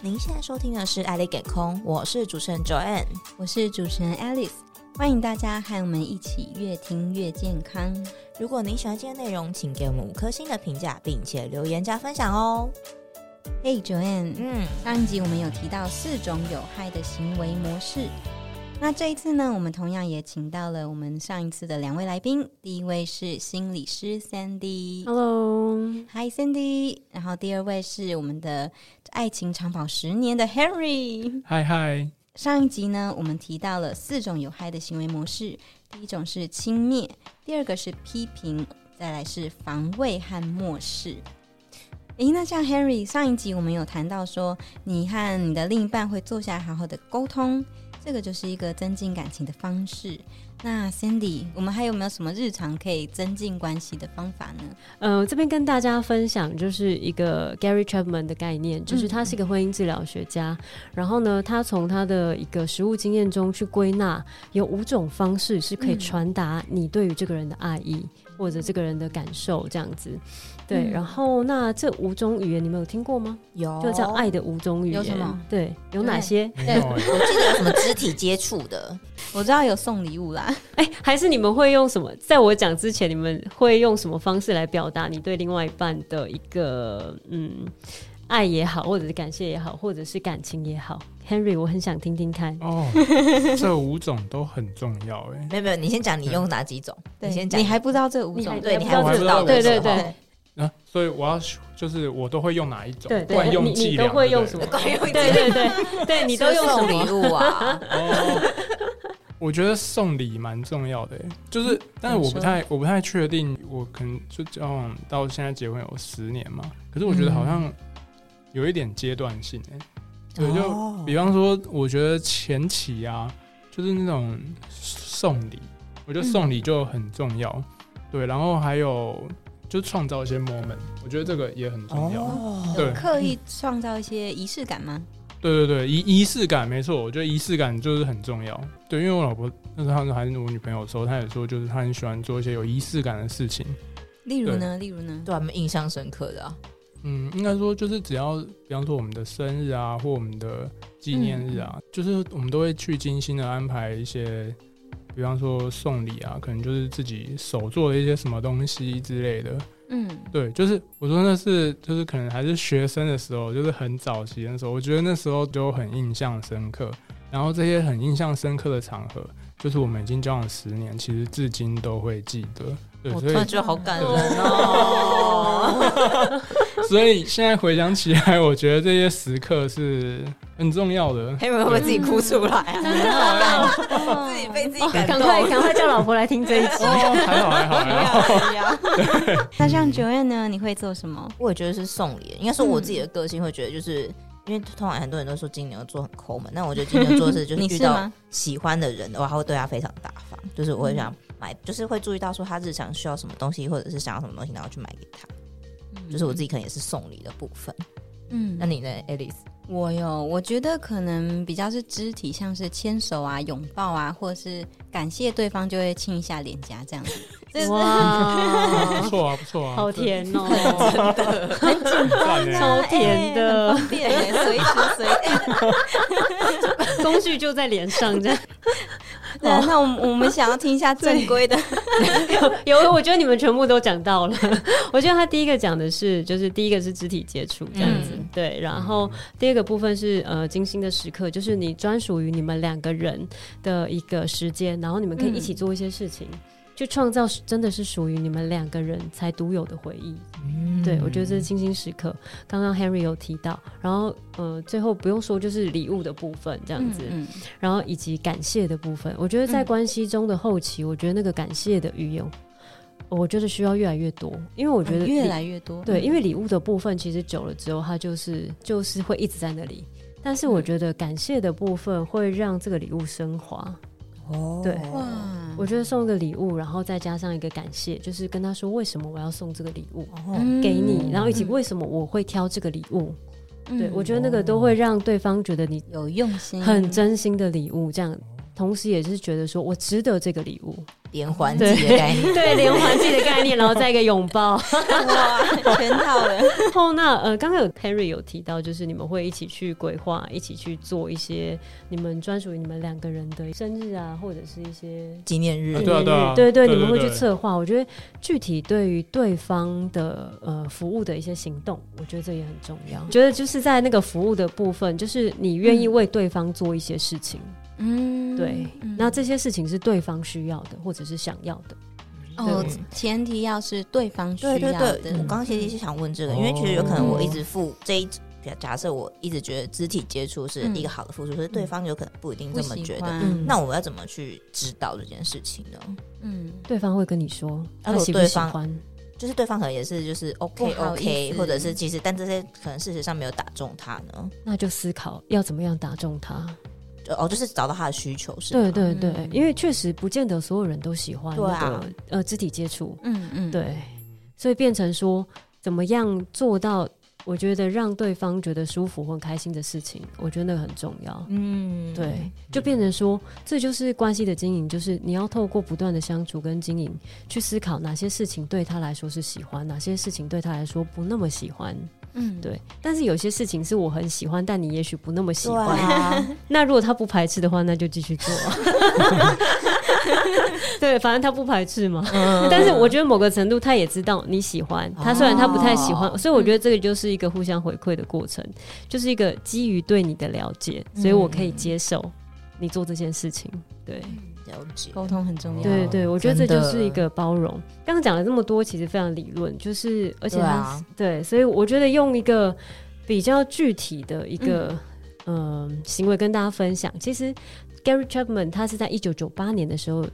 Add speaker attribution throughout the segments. Speaker 1: 您现在收听的是《爱丽给空》，我是主持人 Joanne。
Speaker 2: 我是主持人 Alice，欢迎大家和我们一起越听越健康。
Speaker 1: 如果您喜欢今天内容，请给我们五颗星的评价，并且留言加分享哦。
Speaker 2: Hey Joanne，
Speaker 1: 嗯，
Speaker 2: 上一集我们有提到四种有害的行为模式，那这一次呢，我们同样也请到了我们上一次的两位来宾，第一位是心理师 Sandy。
Speaker 3: Hello，
Speaker 2: Hi Sandy，然后第二位是我们的爱情长跑十年的 Henry。
Speaker 4: 嗨嗨，
Speaker 2: 上一集呢，我们提到了四种有害的行为模式，第一种是轻蔑，第二个是批评，再来是防卫和漠视。诶，那像 Henry，上一集我们有谈到说，你和你的另一半会坐下来好好的沟通，这个就是一个增进感情的方式。那 Sandy，我们还有没有什么日常可以增进关系的方法呢？
Speaker 3: 呃，这边跟大家分享就是一个 Gary Chapman 的概念，就是他是一个婚姻治疗学家，然后呢，他从他的一个实务经验中去归纳，有五种方式是可以
Speaker 2: 嗯
Speaker 3: 传达你对于这个人的爱意、或者这个人的感受这样子。对，
Speaker 2: 嗯
Speaker 3: 然后那这五种语言你们有听过吗？
Speaker 1: 有
Speaker 3: 就叫爱的五种语言，
Speaker 2: 哦有什么
Speaker 3: 对，有哪些？
Speaker 4: 没有哎、
Speaker 1: 我记得有什么肢体接触的，
Speaker 2: 我知道有送礼物啦，
Speaker 3: 哎、还是你们会用什么？在我讲之前，你们会用什么方式来表达你对另外一半的一个嗯爱也好，或者是感谢也好，或者是感情也好？Henry，我很想听听看。
Speaker 4: 哦，这五种都很重要哎、
Speaker 1: 没有没有，你先讲你用哪几种？
Speaker 2: 嗯对，
Speaker 1: 你先讲，
Speaker 2: 你还不知道这五
Speaker 3: 你还
Speaker 2: 种，
Speaker 1: 对，
Speaker 3: 我
Speaker 1: 你
Speaker 3: 不
Speaker 1: 还
Speaker 3: 知道
Speaker 1: 不知道的
Speaker 3: 对
Speaker 4: 这个
Speaker 1: 时
Speaker 3: 对
Speaker 1: 候，
Speaker 3: 对
Speaker 4: 啊，所以我要学就是我都会用哪一种？
Speaker 3: 对对
Speaker 4: 惯用
Speaker 3: 你
Speaker 4: 伎
Speaker 3: 你都
Speaker 4: 俩，
Speaker 3: 会用
Speaker 4: 对
Speaker 3: 什
Speaker 4: 不
Speaker 3: 么
Speaker 4: 对？
Speaker 1: 关于
Speaker 3: 对对对，对你都用什
Speaker 1: 送
Speaker 3: 么？
Speaker 1: 礼物啊？
Speaker 4: 哦， 我觉得送礼蛮重要的欸，就是，但是我不太，我不太确定，我可能就交往到现在结婚有十年嘛，可是我觉得好像有一点阶段性哎，对，就比方说，我觉得前期啊，就是那种送礼，我觉得送礼就很重要，对，然后还有就创造一些 moment，我觉得这个也很重要，
Speaker 1: 哦，
Speaker 4: 对
Speaker 2: 有刻意创造一些仪式感吗？
Speaker 4: 对对对，仪仪式感没错，我觉得仪式感就是很重要。对，因为我老婆那时候她还是我女朋友的时候，她也说，就是她很喜欢做一些有仪式感的事情。
Speaker 2: 例如呢？例如呢？
Speaker 1: 对我们印象深刻的啊，
Speaker 4: 嗯，应该说就是只要，比方说我们的生日啊，或我们的纪念日啊，就是我们都会去精心的安排一些，比方说送礼啊，可能就是自己手做的一些什么东西之类的。
Speaker 2: 嗯，
Speaker 4: 对，就是我说那是就是可能还是学生的时候，就是很早期的时候，我觉得那时候就很印象深刻。然后这些很印象深刻的场合，就是我们已经交往十年，其实至今都会记得。对，
Speaker 1: 我突
Speaker 4: 所
Speaker 1: 然
Speaker 4: 以
Speaker 1: 觉得好感人哦。
Speaker 4: 所以现在回想起来，我觉得这些时刻是很重要的。
Speaker 1: 黑人会不会自己哭出来啊？
Speaker 3: 真的 哦，
Speaker 1: 自己被自己
Speaker 3: 哦
Speaker 1: 感
Speaker 3: 赶
Speaker 1: 动，
Speaker 3: 快赶快叫老婆来听这一集。
Speaker 4: 哦，还好还好还好。
Speaker 1: 不要
Speaker 2: 那像 Joanne 呢？你会做什么？
Speaker 1: 我也觉得是送礼，应该说我
Speaker 2: 嗯
Speaker 1: 自己的个性会觉得，就是、因为通常很多人都说金牛座很抠门，那我觉得金牛座是 就是
Speaker 2: 你
Speaker 1: 遇
Speaker 2: 是
Speaker 1: 到
Speaker 2: 吗？嗯
Speaker 1: 喜欢的人的话，会对他非常大方，就是我会想买，就是会注意到说他日常需要什么东西，或者是想要什么东西，然后去买给他。就是我自己可能也是送礼的部分。
Speaker 2: 嗯
Speaker 1: 那你呢，Alice？
Speaker 2: 我有，我觉得可能比较是肢体，像是牵手啊、拥抱啊，或是感谢对方就会亲一下脸颊这样子，这
Speaker 3: 哇
Speaker 4: 不，错啊，不错啊，
Speaker 3: 好甜哦，
Speaker 4: 很赞欸
Speaker 3: 超甜
Speaker 2: 哎
Speaker 3: 的，
Speaker 2: 很方便耶，随时随地。
Speaker 3: 工具就在脸上这样。
Speaker 2: 对啊，那我们我们想要听一下正规 的，
Speaker 3: 有，我觉得你们全部都讲到了。我觉得他第一个讲的是，就是第一个是肢体接触这样子，
Speaker 2: 嗯
Speaker 3: 对。然后第二个部分是呃，精心的时刻，就是你专属于你们两个人的一个时间，然后你们可以一
Speaker 2: 嗯
Speaker 3: 起做一些事情。去创造真的是属于你们两个人才独有的回忆，
Speaker 2: 嗯
Speaker 3: 对我觉得这是清新时刻。刚刚 Henry 有提到，然后呃，最后不用说就是礼物的部分这样子，
Speaker 2: 嗯，
Speaker 3: 然后以及感谢的部分，我觉得在
Speaker 2: 嗯
Speaker 3: 关系中的后期，我觉得那个感谢的语言，我觉得需要越来越多，因为我
Speaker 2: 我
Speaker 3: 觉得
Speaker 2: 哦越
Speaker 3: 礼
Speaker 2: 来越多，
Speaker 3: 对，因
Speaker 2: 为
Speaker 3: 为礼物的部分其实久了之后，它就是就是会一直在那里。但是我觉得感谢的部分会让这个礼物升华。
Speaker 1: 哦
Speaker 3: 对
Speaker 2: 哇，
Speaker 3: 我觉得送一个礼物，然后再加上一个感谢，就是跟他说为什么我要送这个礼物
Speaker 1: 哦，
Speaker 3: 给你，然后以及
Speaker 2: 嗯
Speaker 3: 为什么我会挑这个礼物。
Speaker 2: 嗯
Speaker 3: 对我觉得那个都会让对方觉得你
Speaker 2: 有用心，
Speaker 3: 嗯很真心的礼物，这样，同时也是觉得说我值得这个礼物。
Speaker 1: 连环计的概念。
Speaker 3: 对连环计的概念，然后再一个拥 抱。
Speaker 2: 哇，全套了。
Speaker 3: 然后那呃，刚刚有 Henry 有提到，就是你们会一起去规划，一起去做一些你们专属于你们两个人的生日啊，或者是一些
Speaker 1: 纪念日
Speaker 4: 啊，对啊对啊
Speaker 3: 对
Speaker 4: 对
Speaker 3: 你们
Speaker 4: 对
Speaker 3: 会去
Speaker 4: 对
Speaker 3: 策划。我觉得具体对于对方的呃服务的一些行动，我觉得这也很重要。觉得就是在那个服务的部分，就是你愿意
Speaker 2: 嗯
Speaker 3: 为对方做一些事情，
Speaker 2: 嗯
Speaker 3: 对，那这些事情是对方需要的或者是想要的。
Speaker 2: 哦
Speaker 4: 对，
Speaker 2: 前提要是 对嗯方需要
Speaker 1: 对对
Speaker 2: 的。
Speaker 3: 嗯
Speaker 1: 对，我刚刚其实是想问这个，因为其实有可能我一直付这一。假设我一直觉得肢体接触是一个好的付出，可是对方有可能不一定
Speaker 2: 嗯不
Speaker 1: 这么
Speaker 2: 喜
Speaker 1: 觉得。
Speaker 2: 欢
Speaker 3: 嗯
Speaker 1: 那我要怎么去知道这件事情呢？
Speaker 2: 嗯，
Speaker 3: 对方会跟你说
Speaker 1: 啊
Speaker 3: 他喜不
Speaker 1: 对
Speaker 3: 喜
Speaker 1: 方
Speaker 3: 欢，
Speaker 1: 就是对方可能也是就是 OK
Speaker 2: 不好意
Speaker 1: OK，
Speaker 2: 思
Speaker 1: 或者是其实但这些可能事实上没有打中他呢。
Speaker 3: 那就思考要怎么样打中他。
Speaker 1: 就哦，就是找到他的需求是
Speaker 3: 对
Speaker 1: 吗？
Speaker 3: 对对，
Speaker 2: 嗯
Speaker 3: 因为确实不见得所有人都喜欢
Speaker 1: 对
Speaker 3: 那个、
Speaker 1: 啊
Speaker 3: 呃肢体接触，
Speaker 2: 嗯嗯，
Speaker 3: 对，所以变成说怎么样做到，我觉得让对方觉得舒服或开心的事情，我觉得那个很重要。
Speaker 1: 嗯，
Speaker 3: 对，就变成说，这就是关系的经营，就是你要透过不断的相处跟经营，去思考哪些事情对他来说是喜欢，哪些事情对他来说不那么喜欢。
Speaker 2: 嗯
Speaker 3: 对，但是有些事情是我很喜欢，但你也许不那么喜
Speaker 1: 对
Speaker 3: 欢。
Speaker 1: 啊，
Speaker 3: 那如果他不排斥的话，那就继续 做。对，反正他不排斥嘛。但是我觉得某个程度他也知道你喜欢他，虽然他不太喜欢，
Speaker 1: 哦
Speaker 3: 所以我觉得这个就是一个互相回馈的过程，就是一个基于对你的了解，所以我可以接受你做这件事情。对，
Speaker 1: 了解。
Speaker 2: 沟通很重要。
Speaker 3: 对对，我觉得这
Speaker 1: 真的
Speaker 3: 就是一个包容。刚刚讲了这么多，其实非常理论，就是而 且
Speaker 1: 对
Speaker 3: 它
Speaker 1: 啊，
Speaker 3: 对，所以我觉得用一个比较具体的一个嗯、呃行为跟大家分享。其实 Gary Chapman 他是在一九九八年的时候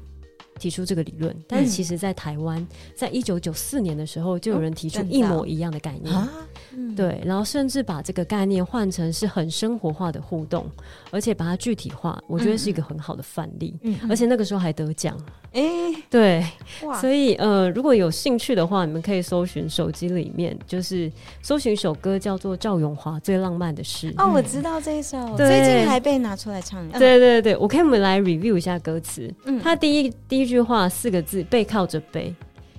Speaker 3: 提出这个理论，但是其实在台湾，在一九九四年的时候就有人提出
Speaker 2: 更
Speaker 3: 一
Speaker 2: 早
Speaker 3: 模一样的概念。
Speaker 1: 啊，
Speaker 2: 嗯，
Speaker 3: 对，然后甚至把这个概念换成是很生活化的互动，而且把它具体化，我觉得是一个很好的范例。
Speaker 1: 嗯
Speaker 3: 而且那个时候还得奖，
Speaker 2: 哎，
Speaker 3: 对，
Speaker 2: 哇，
Speaker 3: 所以呃，如果有兴趣的话，你们可以搜寻手机里面，就是搜寻一首歌叫做赵咏华《最浪漫的事》。
Speaker 2: 哦，我知道这一首，
Speaker 3: 嗯对
Speaker 2: 最近还被拿出来唱。，
Speaker 3: 对对对，我可以我们来 review 一下歌词。
Speaker 2: 嗯
Speaker 3: 它第一第一句话四个字“背靠着背”，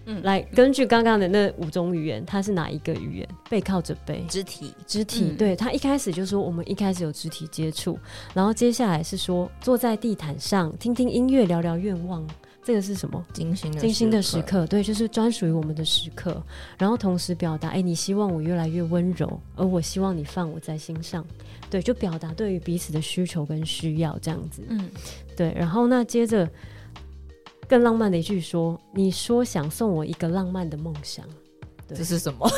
Speaker 2: 嗯
Speaker 3: 来根据刚刚的那五种语言，它是哪一个语言？背靠着背。
Speaker 1: 肢体
Speaker 3: 肢体，
Speaker 2: 嗯
Speaker 3: 对他一开始就说我们一开始有肢体接触，然后接下来是说坐在地毯上听听音乐，聊聊愿望，这个是什么？
Speaker 1: 精心的
Speaker 3: 精心的时，刻，对，就是专属于我们的时刻。然后同时表达，哎，你希望我越来越温柔，而我希望你放我在心上，对，就表达对于彼此的需求跟需要这样子，
Speaker 2: 嗯，
Speaker 3: 对。然后那接着更浪漫的一句说，你说想送我一个浪漫的梦想，对
Speaker 1: 这是什么？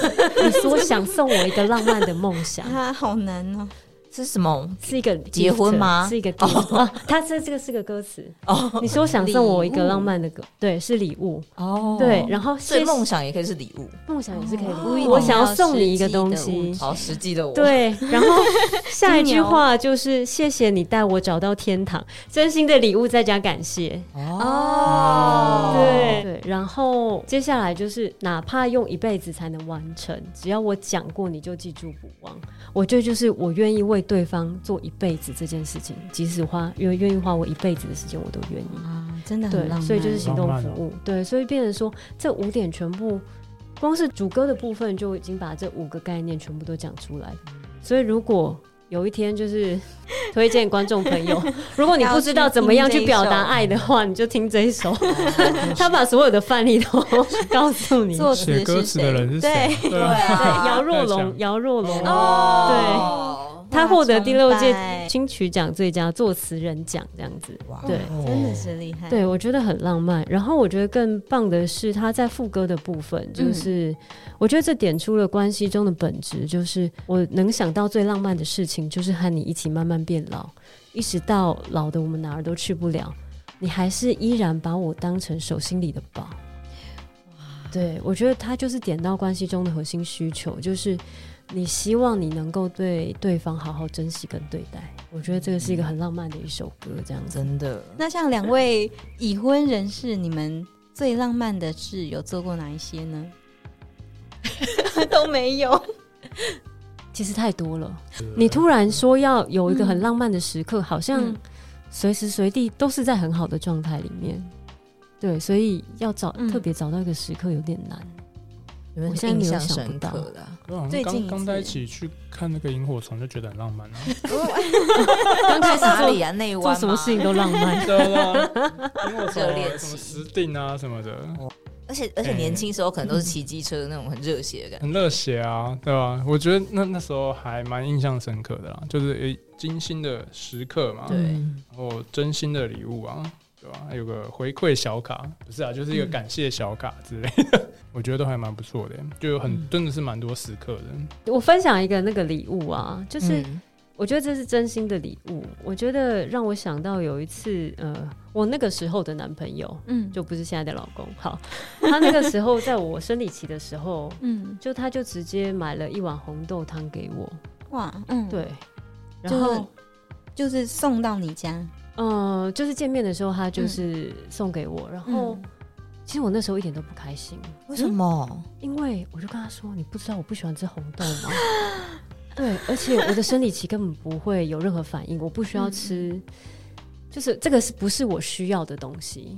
Speaker 3: 你说想送我一个浪漫的梦 想。
Speaker 2: 啊，好难哦。
Speaker 1: 是什么？
Speaker 3: 是一个
Speaker 1: 结婚
Speaker 3: gift，
Speaker 1: 吗
Speaker 3: 是一个 gift 啊，它这这个是个歌词
Speaker 1: 哦
Speaker 3: 你说想送我一
Speaker 1: 礼
Speaker 3: 个
Speaker 1: 物
Speaker 3: 浪漫的歌，对，是礼物，
Speaker 1: 哦
Speaker 3: 对。然后
Speaker 1: 所以
Speaker 3: 谢谢
Speaker 1: 梦想也可以是礼物，
Speaker 3: 梦想也是可以
Speaker 2: 哦
Speaker 3: 理解。我想要送你一个
Speaker 2: 实
Speaker 3: 东
Speaker 2: 际的物
Speaker 3: 西
Speaker 2: 质。
Speaker 1: 好实际的我，
Speaker 3: 对，然 后下一句话就是谢谢你带我找到天堂，真心的礼物再加感谢。
Speaker 1: 哦，
Speaker 3: 对对，然后接下来就是哪怕用一辈子才能完成，只要我讲过你就记住不忘。我这就是我愿意为对方做一辈子这件事情，即使花愿愿意花我一辈子的时间，我都愿意。
Speaker 2: 啊，真的很
Speaker 3: 对
Speaker 2: 浪，漫。
Speaker 3: 所以就是行动
Speaker 4: 浪漫
Speaker 3: 服
Speaker 4: 哦
Speaker 3: 务。对，所以变成说这五点全部，光是主歌的部分就已经把这五个概念全部都讲出来。所以如果有一天就是 推荐观众朋友，如果你不知道怎么样去表达爱的话，你就听这 一首。 他把所有的范例都 告诉你。
Speaker 2: 作词
Speaker 4: 写歌
Speaker 2: 是
Speaker 4: 词的人
Speaker 2: 谁？
Speaker 4: 是谁？对啊，
Speaker 3: 对，姚若
Speaker 4: 在
Speaker 3: 龙，
Speaker 4: 讲
Speaker 3: 姚若龙。
Speaker 2: 哦，
Speaker 3: 他获得第六
Speaker 2: 哇崇
Speaker 3: 届
Speaker 2: 拜
Speaker 3: 金曲奖最佳作词人奖，这样子。
Speaker 1: 哇
Speaker 3: 对，
Speaker 4: 哦
Speaker 2: 真的是厉害。，
Speaker 3: 对，我觉得很浪漫。然后我觉得更棒的是，他在副歌的部分，就是、我觉得这点出了关系中的本质，就是我能想到最浪漫的事情，就是和你一起慢慢变老，一直到老的我们哪儿都去不了，你还是依然把我当成手心里的宝。对，我觉得他就是点到关系中的核心需求，就是你希望你能够对对方好好珍惜跟对待。我觉得这个是一个很浪漫的一首歌，这样子。
Speaker 1: 真的
Speaker 2: 那像两位已婚人士，你们最浪漫的事有做过哪一些呢？ 都没有。
Speaker 3: 其实太多了。你突然说要有一个很浪漫的时刻，好像
Speaker 2: 嗯
Speaker 3: 随时随地都是在很好的状态里面。对，所以要找、
Speaker 2: 嗯
Speaker 3: 特别找到一个时刻有点难。
Speaker 1: 有没有
Speaker 3: 我
Speaker 1: 什
Speaker 3: 现
Speaker 1: 么印
Speaker 3: 在没有
Speaker 1: 象
Speaker 3: 想
Speaker 1: 深
Speaker 3: 不到
Speaker 1: 刻的 啊、
Speaker 4: 可是好
Speaker 2: 最
Speaker 4: 像
Speaker 2: 近一
Speaker 4: 刚刚在一
Speaker 2: 次
Speaker 4: 起去看那个萤火虫就觉得很浪漫啊，
Speaker 1: 哦哎
Speaker 3: 刚开始
Speaker 1: 哪
Speaker 3: 做
Speaker 1: 里啊？内湾
Speaker 3: 做
Speaker 1: 吗
Speaker 3: 什么事情都浪 漫，
Speaker 4: 对啊，萤火虫
Speaker 1: 热恋
Speaker 4: 啊什
Speaker 1: 期
Speaker 4: 么石定啊什么的，
Speaker 3: 哦
Speaker 1: 而且而且
Speaker 4: 哎
Speaker 1: 年轻时候可能都是骑机车的那种很热血的感觉。
Speaker 4: 很热血啊，对吧、我觉得那那时候还蛮印象深刻的啦，就是诶精心的时刻嘛，
Speaker 1: 对
Speaker 3: 嗯
Speaker 4: 然后真心的礼物啊，对吧、还有个回馈小卡，不是啊，就是
Speaker 3: 嗯
Speaker 4: 一个感谢小卡之类的， 我觉得都还蛮不错的，就有
Speaker 3: 嗯
Speaker 4: 很真的是蛮多时刻的，
Speaker 3: 我分享一个那个礼物 啊，就是
Speaker 1: 嗯
Speaker 3: 我觉得这是真心的礼物。我觉得让我想到有一次，呃，我那个时候的男朋友，
Speaker 2: 嗯
Speaker 3: 就不是现在的老公，好，他那个时候在我生理期的时候，
Speaker 2: 嗯
Speaker 3: 就他就直接买了一碗红豆汤给我，
Speaker 2: 哇嗯，
Speaker 3: 对，
Speaker 2: 就
Speaker 3: 然
Speaker 2: 是
Speaker 3: 后。
Speaker 2: 就是送到你家，
Speaker 3: 呃，就是见面的时候，他就是送给我，然后、
Speaker 2: 嗯
Speaker 3: 其实我那时候一点都不开心，
Speaker 1: 为什么？
Speaker 3: 因为我就跟他说：“你不知道我不喜欢吃红豆吗？” 对，而且我的生理期根本不会有任何反应，我不需要吃，
Speaker 2: 嗯
Speaker 3: 就是这个是不是我需要的东西？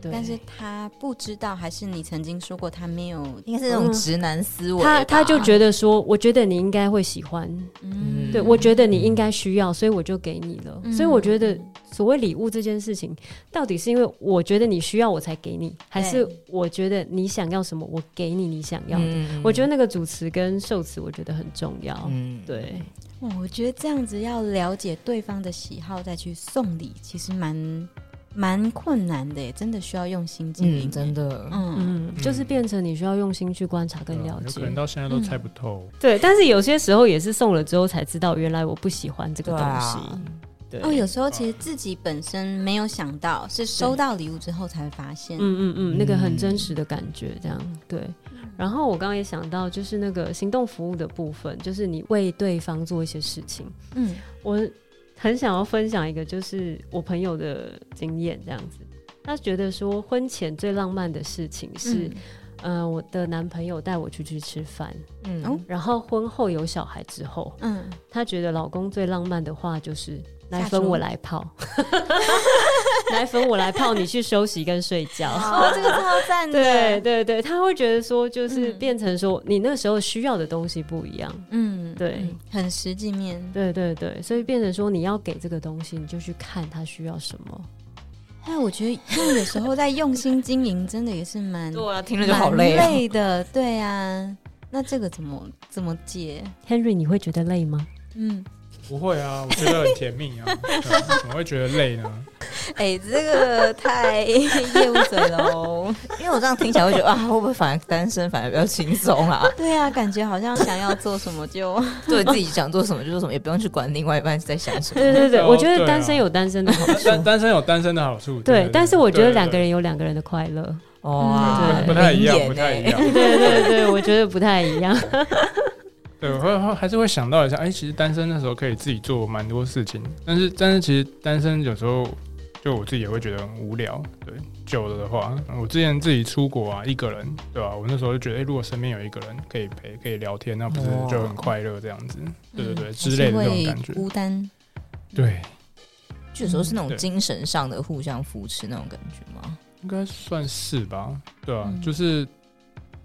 Speaker 3: 对，
Speaker 2: 但是他不知道，还是你曾经说过他没有，
Speaker 1: 应该是那种直男思维吧、
Speaker 3: 他他就觉得说：“我觉得你应该会喜欢，
Speaker 2: 嗯，
Speaker 3: 对我觉得你应该需要，所以我就给你了。
Speaker 2: 嗯
Speaker 3: 所以我觉得所谓礼物这件事情，到底是因为我觉得你需要我才给你，还是我觉得你想要什么我给你你想要的？
Speaker 1: 嗯
Speaker 3: 我觉得那个主词跟受词，我觉得很重要。
Speaker 1: 嗯，
Speaker 3: 对，
Speaker 2: 哇我觉得这样子要了解对方的喜好再去送礼，其实蛮蛮困难的耶，真的需要用心经营、
Speaker 1: 嗯，真的，
Speaker 2: 嗯，
Speaker 3: 嗯，就是变成你需要用心去观察跟
Speaker 4: 对啊
Speaker 3: 了
Speaker 4: 有
Speaker 3: 解嗯
Speaker 4: 可。能到现在都猜不透。
Speaker 3: 对，但是有些时候也是送了之后才知道，原来我不喜欢这个
Speaker 1: 对
Speaker 3: 东
Speaker 1: 啊
Speaker 3: 西。，对，
Speaker 2: 哦，有时候其实自己本身没有想到，是收到礼物之后才会发现。
Speaker 3: 嗯嗯嗯，那个很真
Speaker 1: 嗯
Speaker 3: 实的感觉，这样对。
Speaker 4: 嗯
Speaker 3: 然后我刚刚也想到，就是那个行动服务的部分，就是你为对方做一些事情。
Speaker 2: 嗯
Speaker 3: 我很想要分享一个，就是我朋友的经验，这样子。他觉得说，婚前最浪漫的事情是，嗯、呃，我的男朋友带我出去吃饭。
Speaker 1: 嗯
Speaker 2: 哦
Speaker 3: 然后婚后有小孩之后，
Speaker 2: 嗯，
Speaker 3: 她觉得老公最浪漫的话就是奶
Speaker 2: 下
Speaker 3: 粉
Speaker 2: 厨
Speaker 3: 我来泡， 奶粉我来泡，你去休息跟睡觉。
Speaker 2: 哦，这个超 赞的，
Speaker 3: 对，对对，他会觉得说，就是
Speaker 2: 嗯
Speaker 3: 变成说，你那时候需要的东西不一样。
Speaker 2: 嗯，
Speaker 3: 对
Speaker 2: 嗯，很实际面，
Speaker 3: 对对对，所以变成说，你要给这个东西，你就去看他需要什么。
Speaker 2: 但哎我觉得用有时候在用心经营，真的也是蛮
Speaker 1: 对啊，听了
Speaker 2: 蛮
Speaker 1: 就好累、哦。
Speaker 2: 累的，对啊。那这个怎么怎么解？
Speaker 3: Henry，你会觉得累吗？
Speaker 2: 嗯，
Speaker 4: 不会啊，我觉得很甜蜜啊， 对啊怎么会觉得累呢？
Speaker 2: 哎、这个太业务嘴了哦。
Speaker 1: 因为我这样听起来会觉得啊，会不会反而单身反而比较轻松 啊？
Speaker 2: 对啊，感觉好像想要做什么就
Speaker 1: 对自己想做什么就做什么，也不用去管另外一半在想什么。
Speaker 3: 对对对，
Speaker 4: 哦
Speaker 3: 我觉得
Speaker 4: 对
Speaker 3: 单
Speaker 4: 啊
Speaker 3: 身有单身的好处。
Speaker 4: 单单身有单身的好处，
Speaker 3: 对，但是我觉得
Speaker 4: 对
Speaker 3: 两个人有两个人的快乐。
Speaker 1: 哇，
Speaker 4: 不太一样
Speaker 1: 名，言
Speaker 4: 不太一
Speaker 1: 欸。
Speaker 4: 样。
Speaker 3: 对对对，我觉得不太一样。
Speaker 4: 对，我会会还是会想到一下，哎、其实单身的时候可以自己做蛮多事情，但是但是其实单身有时候就我自己也会觉得很无聊。对，久了的话，我之前自己出国啊，一个人，对吧、我那时候就觉得，哎、如果身边有一个人可以陪，可以聊天，那不是就很快乐这样子？ 对对对，之类的这种感
Speaker 2: 哦
Speaker 4: 觉
Speaker 2: 嗯还是会。孤单。
Speaker 4: 对，
Speaker 1: 就有时候是那种
Speaker 4: 对
Speaker 1: 精神上的互相扶持那种感觉吗？
Speaker 4: 应该算是吧。对啊，
Speaker 1: 嗯
Speaker 4: 就是，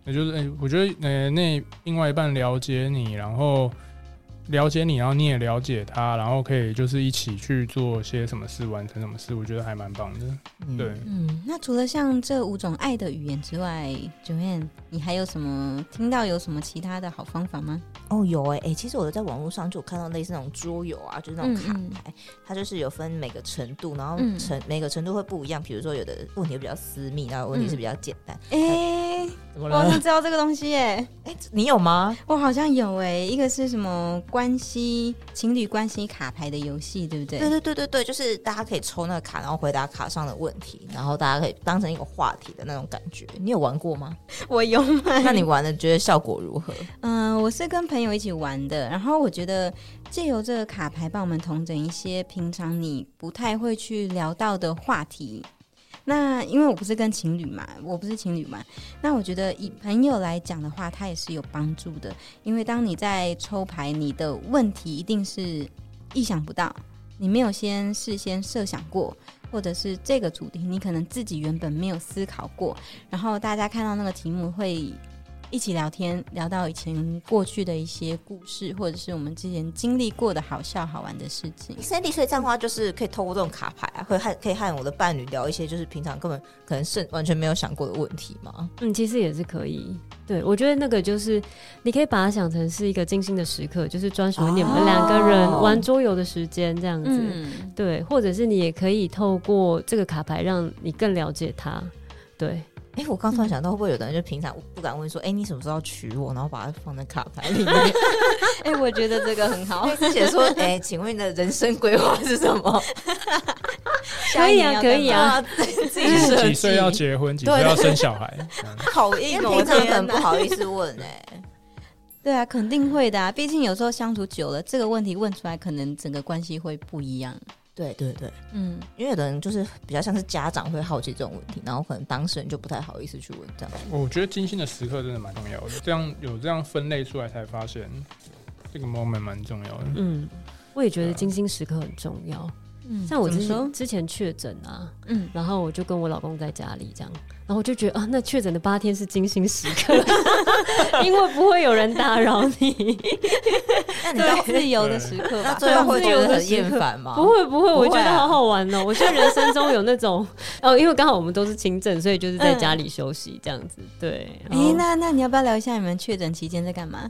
Speaker 4: 也就是，哎、我觉得，呃，那另外一半了解你，然后了解你，然后你也了解他，然后可以就是一起去做些什么事，完成什么事，我觉得还蛮棒的。
Speaker 1: 嗯
Speaker 4: 对，
Speaker 2: 嗯，那除了像这五种爱的语言之外，Joanne，你还有什么听到有什么其他的好方法吗？
Speaker 1: 哦，有哎、欸、哎、其实我在网络上就有看到类似那种桌游啊，就是那种卡
Speaker 2: 嗯嗯
Speaker 1: 牌，它就是有分每个程度，然后
Speaker 2: 嗯
Speaker 1: 程、每个程度会不一样。比如说有的问题比较私密，然后有问题是比较简单。
Speaker 2: 哎、
Speaker 1: 怎么
Speaker 2: 我好像知道这个东西耶，
Speaker 1: 你有吗？
Speaker 2: 我好像有哎，一个是什么关系情侣关系卡牌的游戏，对不对？
Speaker 1: 对对对对对，就是大家可以抽那个卡，然后回答卡上的问题，然后大家可以当成一个话题的那种感觉。你有玩过 吗？
Speaker 2: 我有买。
Speaker 1: 那你玩的觉得效果如何？
Speaker 2: 嗯、我是跟朋友一起玩的，然后我觉得借由这个卡牌帮我们统整一些平常你不太会去聊到的话题。那因为我不是跟情侣嘛，我不是情侣嘛，那我觉得以朋友来讲的话，它也是有帮助的，因为当你在抽牌，你的问题一定是意想不到，你没有先事先设想过，或者是这个主题你可能自己原本没有思考过，然后大家看到那个题目会一起聊天，聊到以前过去的一些故事，或者是我们之前经历过的好笑好玩的事情。
Speaker 1: Sandy，所以这样的话就是可以透过这种卡牌啊，会和可以和我的伴侣聊一些就是平常根本可能是完全没有想过的问题嘛。
Speaker 3: 嗯，其实也是可以。对，我觉得那个就是你可以把它想成是一个精心的时刻，就是专属于你们两个人
Speaker 1: 哦
Speaker 3: 玩桌游的时间这样子。
Speaker 2: 嗯，
Speaker 3: 对，或者是你也可以透过这个卡牌让你更了解他。对，
Speaker 1: 哎、我刚突然想到，会不会有的人就平常不敢问说，哎、你什么时候要娶我？然后把它放在卡牌 里面，
Speaker 2: 哎、我觉得这个很好，
Speaker 1: 之前说，哎、请问你的人生规划是什么？
Speaker 2: 下一年要
Speaker 3: 可以
Speaker 2: 干嘛
Speaker 3: 啊，
Speaker 1: 自己设
Speaker 4: 几岁要
Speaker 1: 计，
Speaker 4: 结婚，几岁要生小孩，这样
Speaker 1: 好硬
Speaker 2: 因为
Speaker 1: 哦，我
Speaker 2: 平
Speaker 1: 真
Speaker 2: 常
Speaker 1: 的很
Speaker 2: 很
Speaker 1: 不好意思问哎、
Speaker 2: 对啊，肯定会的啊，毕竟有时候相处久了，这个问题问出来，可能整个关系会不一样。
Speaker 1: 对对对，
Speaker 2: 嗯，
Speaker 1: 因为有的人就是比较像是家长会好奇这种问题，然后可能当事人就不太好意思去问这样。
Speaker 4: 我觉得精心的时刻真的蛮重要的，这样有这样分类出来才发现这个 moment 蛮重要的。
Speaker 3: 嗯，我也觉得
Speaker 4: 对啊
Speaker 3: 精心时刻很重要。
Speaker 2: 嗯
Speaker 3: 像我之
Speaker 2: 怎么
Speaker 3: 前
Speaker 2: 说
Speaker 3: 之前确诊啊，
Speaker 2: 嗯，
Speaker 3: 然后我就跟我老公在家里这样，然后我就觉得啊，那确诊的八天是精心时刻， 因为不会有人打扰你。
Speaker 1: 那你到
Speaker 2: 对，自由的时刻吧
Speaker 1: 那。最后会觉得很
Speaker 3: 放自由的时
Speaker 1: 厌
Speaker 3: 刻
Speaker 1: 烦吗？
Speaker 3: 不会不会，我
Speaker 1: 不
Speaker 3: 觉
Speaker 1: 会啊
Speaker 3: 得好好玩哦、我觉得人生中有那种哦，因为刚好我们都是轻症，所以就是在
Speaker 2: 嗯
Speaker 3: 家里休息这样子。对，
Speaker 2: 哎、
Speaker 3: 哦然后
Speaker 2: 那那你要不要聊一下你们确诊期间在干嘛？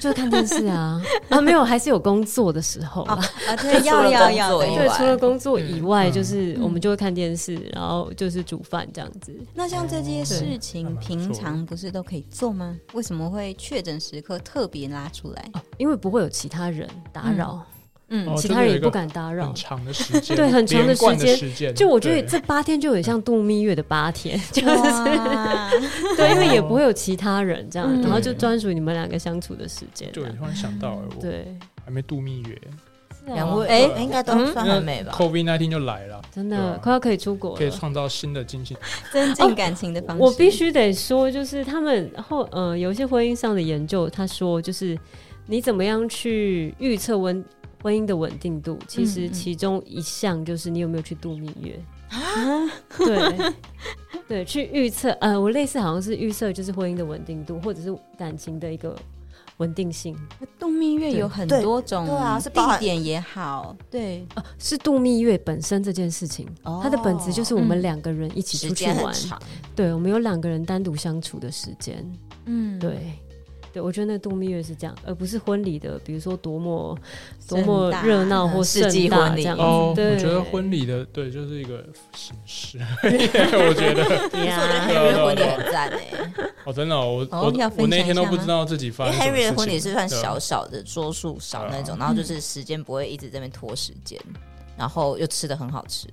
Speaker 3: 就看电视啊啊，没有，还是有工作的 时候啊。
Speaker 2: 啊，
Speaker 1: 就
Speaker 2: 对，
Speaker 1: 除
Speaker 2: 要
Speaker 1: 了
Speaker 2: 要
Speaker 1: 工
Speaker 2: 要
Speaker 1: 作
Speaker 2: 对
Speaker 1: 以
Speaker 3: 对
Speaker 1: 外，
Speaker 3: 除了工作以外，
Speaker 4: 嗯
Speaker 3: 就是
Speaker 2: 嗯
Speaker 3: 我们就会看电视，然后就是煮饭这样子。
Speaker 2: 那像这些
Speaker 4: 哦
Speaker 2: 事
Speaker 4: 对那
Speaker 2: 情，
Speaker 4: 蛮不错
Speaker 2: 平常不是都可以做吗？为什么会确诊时刻特别拉出来？
Speaker 3: 哦因为不会有其他人打扰，
Speaker 2: 嗯，
Speaker 4: 哦
Speaker 3: 其
Speaker 4: 就是
Speaker 3: 他人也
Speaker 4: 有一
Speaker 3: 不
Speaker 4: 个
Speaker 3: 敢打扰
Speaker 4: 很。长的时间，
Speaker 3: 对很长的
Speaker 4: 连贯
Speaker 3: 时
Speaker 4: 的
Speaker 3: 间
Speaker 4: 时间。
Speaker 3: 就我觉得
Speaker 4: 对
Speaker 3: 这八天就有点像度蜜月的八天， 就是
Speaker 2: 哇，
Speaker 3: 对，因为也不会有其他人这样，
Speaker 2: 嗯
Speaker 3: 然后就专属你们两个相处的时间这
Speaker 4: 对，
Speaker 3: 样。
Speaker 4: 突然想到，哎我
Speaker 3: 对，
Speaker 4: 还没度蜜月
Speaker 3: 是啊
Speaker 1: 两位嗯
Speaker 2: 哎
Speaker 1: 哎应该都算很美吧？
Speaker 4: ，COVID 1 9就来了，
Speaker 3: 真
Speaker 4: 对
Speaker 3: 的
Speaker 4: 啊
Speaker 3: 快要可以出国
Speaker 4: 可以
Speaker 3: 了。
Speaker 4: 创造新的惊 喜。
Speaker 2: 增进感情的方式。
Speaker 3: 哦我必须得说，就是他们后呃有一些婚姻上的研究，他说就是你怎么样去预测温婚姻的稳定度，其
Speaker 2: 嗯
Speaker 3: 实
Speaker 2: 嗯
Speaker 3: 其中一项就是你有没有去度蜜 月。
Speaker 2: 啊，
Speaker 3: 对对，去预测，呃，我类似好像是预测就是婚姻的稳定度，或者是感情的一个稳定性，
Speaker 2: 度蜜月有很多种，
Speaker 1: 对对啊是包含
Speaker 2: 地点也好，对，
Speaker 3: 啊，是度蜜月本身这件事情，
Speaker 1: 哦
Speaker 3: 它的本质就是我们
Speaker 2: 嗯
Speaker 3: 两个人一起
Speaker 1: 时
Speaker 3: 出去
Speaker 1: 间很
Speaker 3: 玩，
Speaker 1: 长，
Speaker 3: 对，我们有两个人单独相处的时间，
Speaker 2: 嗯，
Speaker 3: 对。对，我觉得那度蜜月是这样，而不是婚礼的，比如说多么多
Speaker 2: 盛
Speaker 3: 么
Speaker 2: 大
Speaker 3: 热闹
Speaker 1: 嗯
Speaker 3: 或
Speaker 1: 世
Speaker 3: 盛
Speaker 1: 纪
Speaker 3: 大
Speaker 1: 婚
Speaker 3: 这
Speaker 1: 礼
Speaker 3: 样子。
Speaker 4: 哦，
Speaker 3: 对
Speaker 4: 我觉得婚礼的对，就是一个形 式，我觉得
Speaker 1: 所以我觉得
Speaker 3: 呀，
Speaker 1: Henry 的婚礼很赞哎，
Speaker 4: 哦，真的哦，我
Speaker 2: 哦要分享一下
Speaker 4: 我
Speaker 2: 吗
Speaker 4: 我那天都不知道自己发
Speaker 1: 因为
Speaker 4: 生什
Speaker 1: 哎
Speaker 4: 么
Speaker 1: Henry 的婚礼
Speaker 4: 事
Speaker 1: 是
Speaker 4: 情
Speaker 1: 算
Speaker 4: 对啊
Speaker 1: 小小的桌数少那种，
Speaker 4: 嗯
Speaker 1: 然后就是时间不会一直这边拖时间，然后又吃的很好 吃，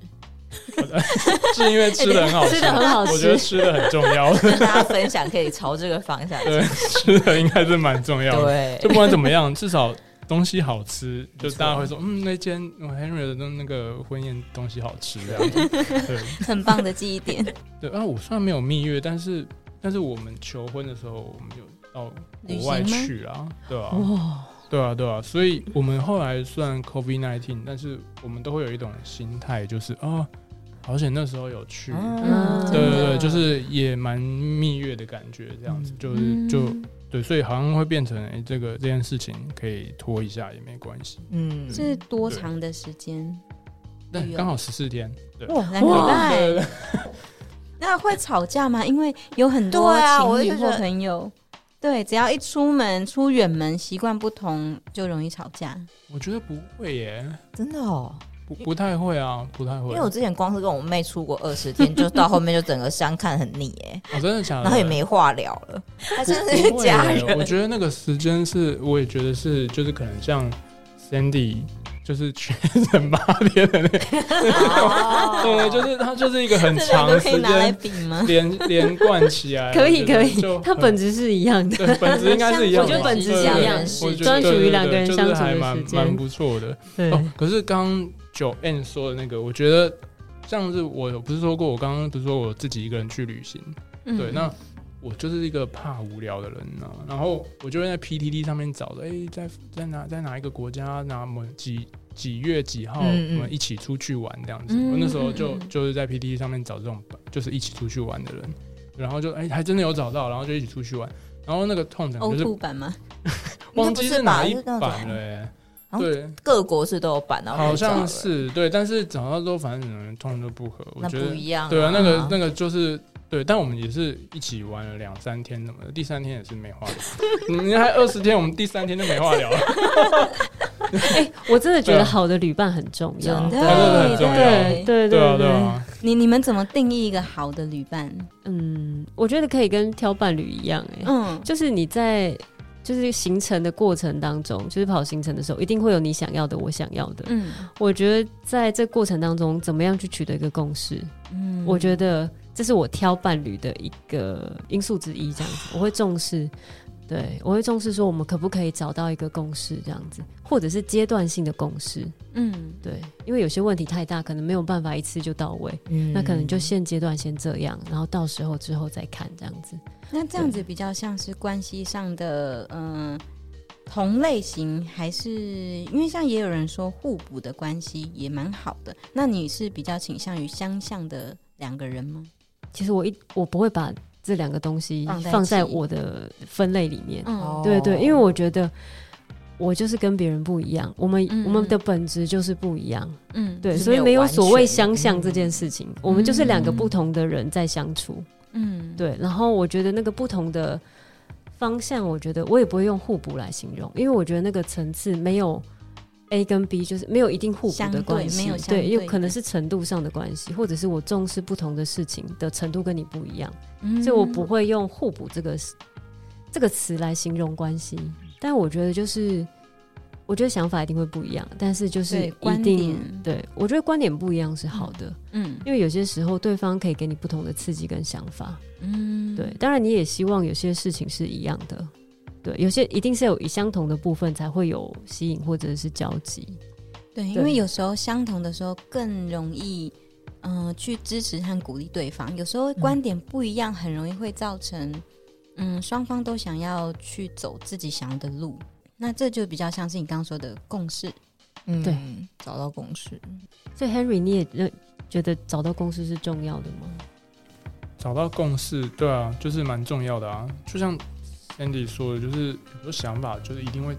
Speaker 4: 是因为吃的很好
Speaker 3: 吃得很好吃
Speaker 4: 我觉得吃的很重要，
Speaker 1: 跟大家分享可以朝这个方向
Speaker 4: 对，吃的应该是蛮重要的。
Speaker 1: 对
Speaker 4: 就不管怎么样，至少东西好吃，
Speaker 1: 没
Speaker 4: 就
Speaker 1: 错
Speaker 4: 大家会说，嗯，那间嗯 Henry 的那个婚宴东西好吃这样子。对
Speaker 2: 很棒的记忆点。
Speaker 4: 对，啊，我虽然没有蜜月，但是但是我们求婚的时候，我们有到国外
Speaker 2: 旅行吗
Speaker 4: 去啦，对啊，
Speaker 3: 哇，
Speaker 4: 对啊，对啊，所以我们后来虽然 COVID nineteen，但是我们都会有一种心态，就是啊、好险那时候有去，
Speaker 1: 嗯
Speaker 4: 对对
Speaker 1: 真的嗯
Speaker 4: 对，就是也蛮蜜月的感觉，这样子，嗯就是就
Speaker 2: 嗯
Speaker 4: 对，所以好像会变成、诶这个这件事情可以拖一下也没关系，
Speaker 1: 嗯，
Speaker 2: 是多长的时间？
Speaker 1: 哎
Speaker 4: 但刚好十四天，对。
Speaker 2: 哇，两个礼
Speaker 4: 对
Speaker 2: 拜。
Speaker 4: 对
Speaker 2: 那会吵架吗？因为有很多
Speaker 1: 对啊我
Speaker 2: 情
Speaker 1: 就
Speaker 2: 侣
Speaker 1: 觉
Speaker 2: 或
Speaker 1: 得
Speaker 2: 朋友，对，只要一出门出远门，习惯不同就容易吵架。
Speaker 4: 我觉得不会耶，
Speaker 1: 真的哦。
Speaker 4: 不不太会啊，不太会。
Speaker 1: 因为我之前光是跟我妹出国二十天，就到后面就整个相看很腻 哎、
Speaker 4: 哦真的假的？
Speaker 1: 然后也没话聊了，她
Speaker 4: 不
Speaker 1: 真的是
Speaker 4: 不会
Speaker 1: 家
Speaker 4: 耶
Speaker 1: 人。
Speaker 4: 我觉得那个时间是，我也觉得是，就是可能像 Sandy，就是确诊八天的那个，
Speaker 3: 哦
Speaker 4: 对，就是它就是一个很
Speaker 2: 这两
Speaker 4: 长
Speaker 2: 个可以
Speaker 4: 时
Speaker 2: 拿来
Speaker 4: 间
Speaker 2: 比吗？
Speaker 4: 连连贯起来。
Speaker 3: 可以
Speaker 4: 我觉
Speaker 3: 可
Speaker 4: 得
Speaker 3: 以
Speaker 4: 就，
Speaker 3: 它
Speaker 4: 很
Speaker 3: 本质是一样的。
Speaker 4: 对本质应该是一样的，
Speaker 3: 我觉得本质
Speaker 4: 对
Speaker 3: 是
Speaker 4: 对
Speaker 3: 一样
Speaker 4: 对
Speaker 1: 是
Speaker 4: 我觉得
Speaker 3: 专属于
Speaker 4: 对对
Speaker 3: 两个人
Speaker 4: 对
Speaker 3: 相处
Speaker 4: 就是还
Speaker 3: 的
Speaker 4: 蛮
Speaker 3: 时间
Speaker 4: 蛮不错的。
Speaker 3: 对，
Speaker 4: 哦，可是刚刚九 N 说的那个，我觉得像是我有不是说过，我刚刚不是说我自己一个人去旅行，
Speaker 2: 嗯
Speaker 4: 对，那我就是一个怕无聊的人啊呢、然后我就会在 PTT 上面找着，哎、在在哪在哪一个国家哪某几几月几号我
Speaker 1: 嗯嗯
Speaker 4: 们一起出去玩这样子。
Speaker 3: 嗯
Speaker 4: 我那时候就
Speaker 3: 嗯嗯
Speaker 4: 就是在 PTT 上面找这种就是一起出去玩的人，然后就哎、还真的有找到，然后就一起出去玩。然后那个痛枕
Speaker 2: 呕
Speaker 4: 就是
Speaker 2: 吐版吗？
Speaker 4: 忘记是哪一
Speaker 1: 应该不是吧
Speaker 4: 版了、欸，
Speaker 1: 好像
Speaker 4: 对，
Speaker 1: 各国是都有版，然后
Speaker 4: 好像
Speaker 1: 就找了
Speaker 4: 是对，但是找到之后反正两人痛都不合，我
Speaker 1: 那
Speaker 4: 觉得
Speaker 1: 不一样、
Speaker 4: 对啊，那个那
Speaker 1: 个
Speaker 4: 个就是对，但我们也是一起玩了两三天什么的，第三天也是没话聊。 你还二十天，我们第三天就没话聊了。
Speaker 3: 哎我真的觉
Speaker 4: 对
Speaker 3: 得
Speaker 4: 啊
Speaker 3: 好的旅伴很重要。
Speaker 1: 真的
Speaker 4: 对对
Speaker 3: 对对
Speaker 4: 对啊，对
Speaker 3: 对，
Speaker 4: 啊，
Speaker 2: 你你们怎么定义一个好的旅伴？
Speaker 3: 嗯，我觉得可以跟挑伴侣一样，哎，
Speaker 2: 嗯，
Speaker 3: 就是你在就是行程的过程当中，就是跑行程的时候，一定会有你想要的，我想要的。
Speaker 2: 嗯
Speaker 3: 我觉得在这过程当中，怎么样去取得一个共识，
Speaker 2: 嗯
Speaker 3: 我觉
Speaker 2: 得
Speaker 3: 得这是我挑伴侣的一个因素之一，这 样子我会重视。对，我会重视说我们可不可以找到一个共识，这样子，或者是阶段性的共识。
Speaker 2: 嗯
Speaker 3: 对，因为有些问题太大，可能没有办法一次就到位，
Speaker 1: 嗯
Speaker 3: 那可能就现阶段先这样，然后到时候之后再看这样子。
Speaker 2: 那这样子比较像是关系上的，嗯、同类型还是因为像也有人说互补的关系也蛮好的。那你是比较倾向于相像的两个人吗？
Speaker 3: 其实我一我不会把这两个东西
Speaker 2: 放在一起
Speaker 3: 放在我的分类里面，
Speaker 2: 嗯，
Speaker 1: 哦
Speaker 3: 对对，因为我觉得我就是跟别人不一样，我们、
Speaker 2: 嗯
Speaker 3: 我们的本质就是不一样，
Speaker 2: 嗯，
Speaker 3: 对，
Speaker 1: 就是
Speaker 3: 所以
Speaker 1: 没
Speaker 3: 没
Speaker 1: 有
Speaker 3: 有
Speaker 1: 完
Speaker 3: 所
Speaker 1: 全
Speaker 3: 谓
Speaker 1: 嗯
Speaker 3: 相像这件事情，我们就是两个不同的人在相处，
Speaker 2: 嗯，
Speaker 3: 对，然后我觉得那个不同的方向，我觉得我也不会用互补来形容，因为我觉得那个层次没有。A 跟 B 就是没有一定互补
Speaker 2: 相
Speaker 3: 的
Speaker 2: 对
Speaker 3: 关系，
Speaker 2: 没有相
Speaker 3: 对，有
Speaker 2: 对
Speaker 3: 可能是程度上的关系，或者是我重视不同的事情的程度跟你不一样。
Speaker 2: 嗯，
Speaker 3: 所以我不会用互补这个 s- 这个词来形容关系。但我觉得就是，我觉得想法一定会不一样，但是就是
Speaker 2: 对
Speaker 3: 一
Speaker 2: 观
Speaker 3: 定
Speaker 2: 点
Speaker 3: 对我觉得观点不一样是好的，
Speaker 2: 嗯
Speaker 3: 因为有些时候对方可以给你不同的刺激跟想法。
Speaker 2: 嗯
Speaker 3: 对，当然你也希望有些事情是一样的。对，有些一定是有相同的部分才会有吸引或者是交集。
Speaker 2: 对，因
Speaker 3: 对
Speaker 2: 为有时候相同的时候更容易，嗯、去支持和鼓励对方。有时候观点不一样，很容易会造成，嗯，双方都想要去走自己想要的路。那这就比较像是你刚刚说的共识。
Speaker 1: 嗯
Speaker 3: 对
Speaker 1: 找到共识，
Speaker 3: 所以 Henry，你也认觉得找到共识是重要的吗？
Speaker 4: 找到共识，对啊，就是蛮重要的啊。就像 Andy 说的，就是有时候想法就是一定会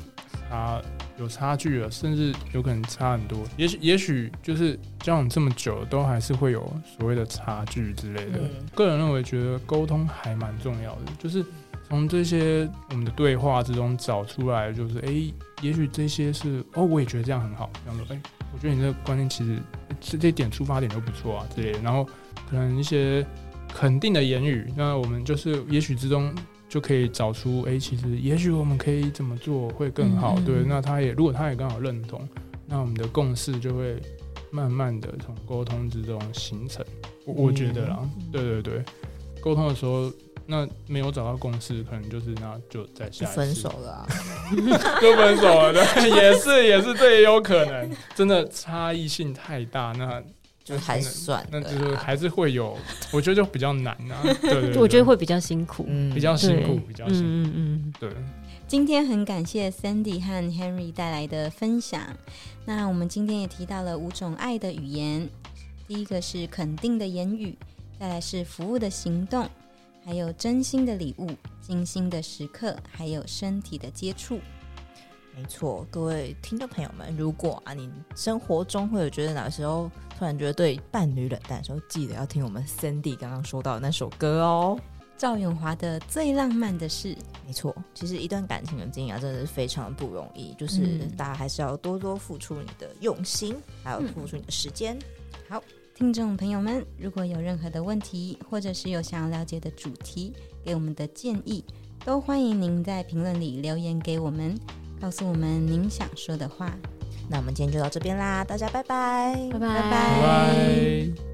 Speaker 4: 差有差距了，甚至有可能差很多。也许也许就是交往这么久，都还是会有所谓的差距之类的。
Speaker 1: 嗯
Speaker 4: 个人认为，觉得沟通还蛮重要的，就是从这些我们的对话之中找出来，就是诶，也许这些是哦，我也觉得这样很好，比方说，诶，我觉得你这个观念其实这这点出发点都不错啊之类的，然后可能一些肯定的言语，那我们就是也许之中。就可以找出，诶，其实也许我们可以怎么做会更好，
Speaker 1: 嗯嗯
Speaker 4: 对
Speaker 1: 嗯？
Speaker 4: 那他也如果他也刚好认同，那我们的共识就会慢慢的从沟通之中形成。
Speaker 3: 嗯
Speaker 4: 我我觉得啦，对对对，沟通的时候，那没有找到共识，可能就是那就再
Speaker 1: 就
Speaker 4: 下一次
Speaker 1: 分手，了啊。
Speaker 4: 就分手了， 对，也是也是，这也有可能，真的差异性太大，那
Speaker 1: 就还是啊算
Speaker 4: 那
Speaker 1: 了
Speaker 4: 就是
Speaker 1: 啦，
Speaker 4: 还是会有，我觉得就比较难啊，对对 对，
Speaker 3: 我觉得会比较辛苦，
Speaker 1: 嗯
Speaker 4: 比较辛苦
Speaker 3: 对，
Speaker 4: 比较辛苦，
Speaker 3: 嗯嗯嗯。
Speaker 4: 对，
Speaker 2: 今天很感谢 Sandy 和 Henry 带来的分享。那我们今天也提到了五种爱的语言，第一个是肯定的言语，再来是服务的行动，还有真心的礼物、精心的时刻，还有身体的接触。
Speaker 1: 没错，各位听众朋友们，如果啊你生活中会有觉得哪时候突然觉得对伴侣冷淡的时候，记得要听我们 Cindy 刚刚说到的那首歌哦。
Speaker 2: 赵永华的最浪漫的事，
Speaker 1: 没错，其实一段感情的经营啊，真的是非常不容易，就是
Speaker 2: 嗯
Speaker 1: 大家还是要多多付出你的用心，还有
Speaker 2: 嗯
Speaker 1: 付出你的时间。
Speaker 2: 听众朋友们，如果有任何的问题，或者是有想要了解的主题，给我们的建议，都欢迎您在评论里留言给我们，告诉我们您想说的话。
Speaker 1: 那我们今天就到这边啦，大家拜拜，
Speaker 3: 拜
Speaker 2: 拜
Speaker 3: 拜
Speaker 4: 拜拜。